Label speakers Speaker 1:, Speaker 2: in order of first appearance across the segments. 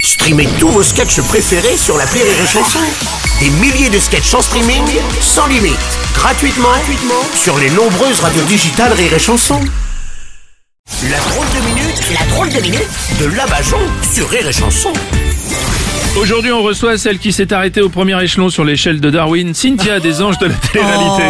Speaker 1: Streamez tous vos sketchs préférés sur la Rire et Chanson. Des milliers de sketchs en streaming, sans limite, gratuitement, gratuitement sur les nombreuses radios digitales Rire et Chanson. La drôle de minute, la drôle de minute de Labajon sur Rire et Chanson.
Speaker 2: Aujourd'hui, on reçoit celle qui s'est arrêtée au premier échelon sur l'échelle de Darwin, Cynthia des anges de la télé-réalité.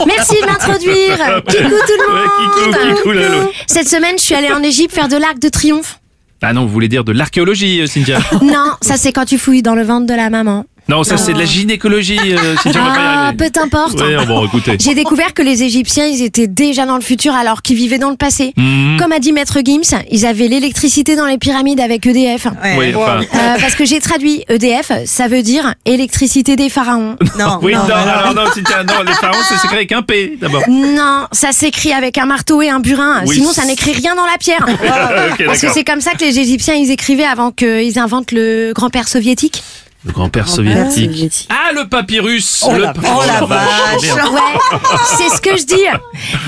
Speaker 3: Oh. Merci de m'introduire. Kikou tout le
Speaker 2: Ouais,
Speaker 3: monde.
Speaker 2: kikou, kikou, lalo.
Speaker 3: Cette semaine, je suis allée en Égypte faire de l'arc de triomphe.
Speaker 2: Ah non, vous voulez dire de l'archéologie, euh, Cynthia
Speaker 3: Non, ça c'est quand tu fouilles dans le ventre de la maman.
Speaker 2: Non, ça c'est de la gynécologie, euh, Cynthia, on va pas y
Speaker 3: Ah,
Speaker 2: arriver.
Speaker 3: peu importe.
Speaker 2: Ouais, bon, écoutez.
Speaker 3: J'ai découvert que les Égyptiens, ils étaient déjà dans le futur alors qu'ils vivaient dans le passé.
Speaker 2: Mhm.
Speaker 3: Comme a dit Maître Gims, ils avaient l'électricité dans les pyramides avec EDF.
Speaker 2: Oui, enfin,
Speaker 3: Euh, parce que j'ai traduit EDF, ça veut dire électricité des pharaons.
Speaker 4: Non,
Speaker 2: oui, non,
Speaker 4: non,
Speaker 2: alors non, Cynthia, non, les pharaons, c'est secret avec un P, d'abord.
Speaker 3: Non, ça s'écrit avec un marteau et un burin.
Speaker 2: Oui.
Speaker 3: Sinon, ça n'écrit rien dans la pierre.
Speaker 2: ok,
Speaker 3: Parce que
Speaker 2: d'accord.
Speaker 3: c'est comme ça que les Égyptiens ils écrivaient avant qu'ils inventent le grand-père soviétique.
Speaker 2: Le grand-père soviétique. Ah, le papyrus
Speaker 4: Oh
Speaker 2: le...
Speaker 4: la, oh la vache
Speaker 3: Ouais, c'est ce que je dis.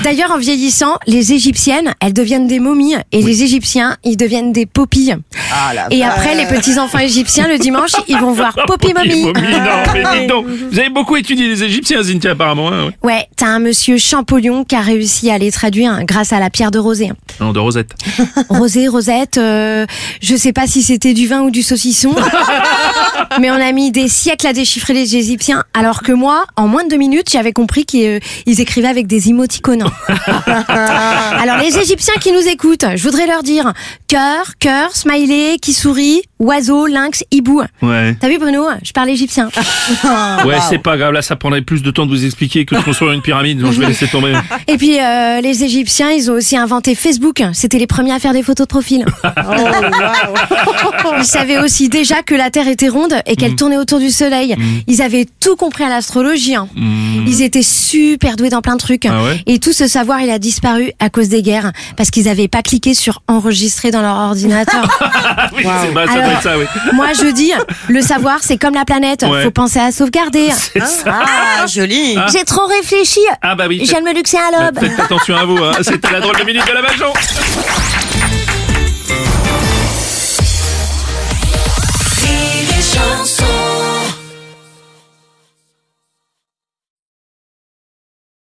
Speaker 3: D'ailleurs, en vieillissant, les Égyptiennes, elles deviennent des momies et les Égyptiens, ils deviennent des poppies.
Speaker 4: Ah la
Speaker 3: Et après, les petits-enfants égyptiens, le dimanche, ils vont voir Poppy
Speaker 2: Momie,
Speaker 3: Mommy.
Speaker 2: non, mais dis donc, vous avez beaucoup étudié les Égyptiens, Cynthia, apparemment. hein, ouais.
Speaker 3: Ouais, t'as un monsieur Champollion qui a réussi à les traduire hein, grâce à la pierre de rosée.
Speaker 2: Non, de Rosette.
Speaker 3: Rosé, Rosette, euh, je sais pas si c'était du vin ou du saucisson. Mais on a mis des siècles à déchiffrer les Égyptiens, alors que moi, en moins de deux minutes, j'avais compris qu'ils euh, ils écrivaient avec des émoticônes. alors les Égyptiens qui nous écoutent, je voudrais leur dire cœur, cœur, smiley, qui sourit, oiseau, lynx, hibou.
Speaker 2: Ouais.
Speaker 3: T'as vu Bruno, je parle égyptien.
Speaker 2: Ouais, c'est pas grave, là, ça prendrait plus de temps de vous expliquer que de construire une pyramide, donc je vais laisser tomber.
Speaker 3: Et puis euh, les Égyptiens, ils ont aussi inventé Facebook. C'était les premiers à faire des photos de profil.
Speaker 4: Oh,
Speaker 3: Ils savaient aussi déjà que la Terre était ronde et
Speaker 2: Mm.
Speaker 3: qu'elle tournait autour du Soleil. Ils avaient tout compris à l'astrologie. hein. Ils étaient super doués dans plein de trucs.
Speaker 2: Mm. Ah ouais
Speaker 3: et tout ce savoir, il a disparu à cause des guerres parce qu'ils n'avaient pas cliqué sur enregistrer dans leur ordinateur.
Speaker 2: Ah oui, c'est bah, ça doit
Speaker 3: Alors-
Speaker 2: être ça, oui.
Speaker 3: Moi, je dis, le savoir, c'est comme la planète.
Speaker 2: Ouais.
Speaker 3: Faut penser à sauvegarder.
Speaker 2: C'est ça.
Speaker 4: Ah, joli
Speaker 3: J'ai trop réfléchi.
Speaker 2: Ah bah oui.
Speaker 3: J'aime me luxer un lobe.
Speaker 2: Faites attention à vous, hein. c'était la drôle de minute de la Bajon.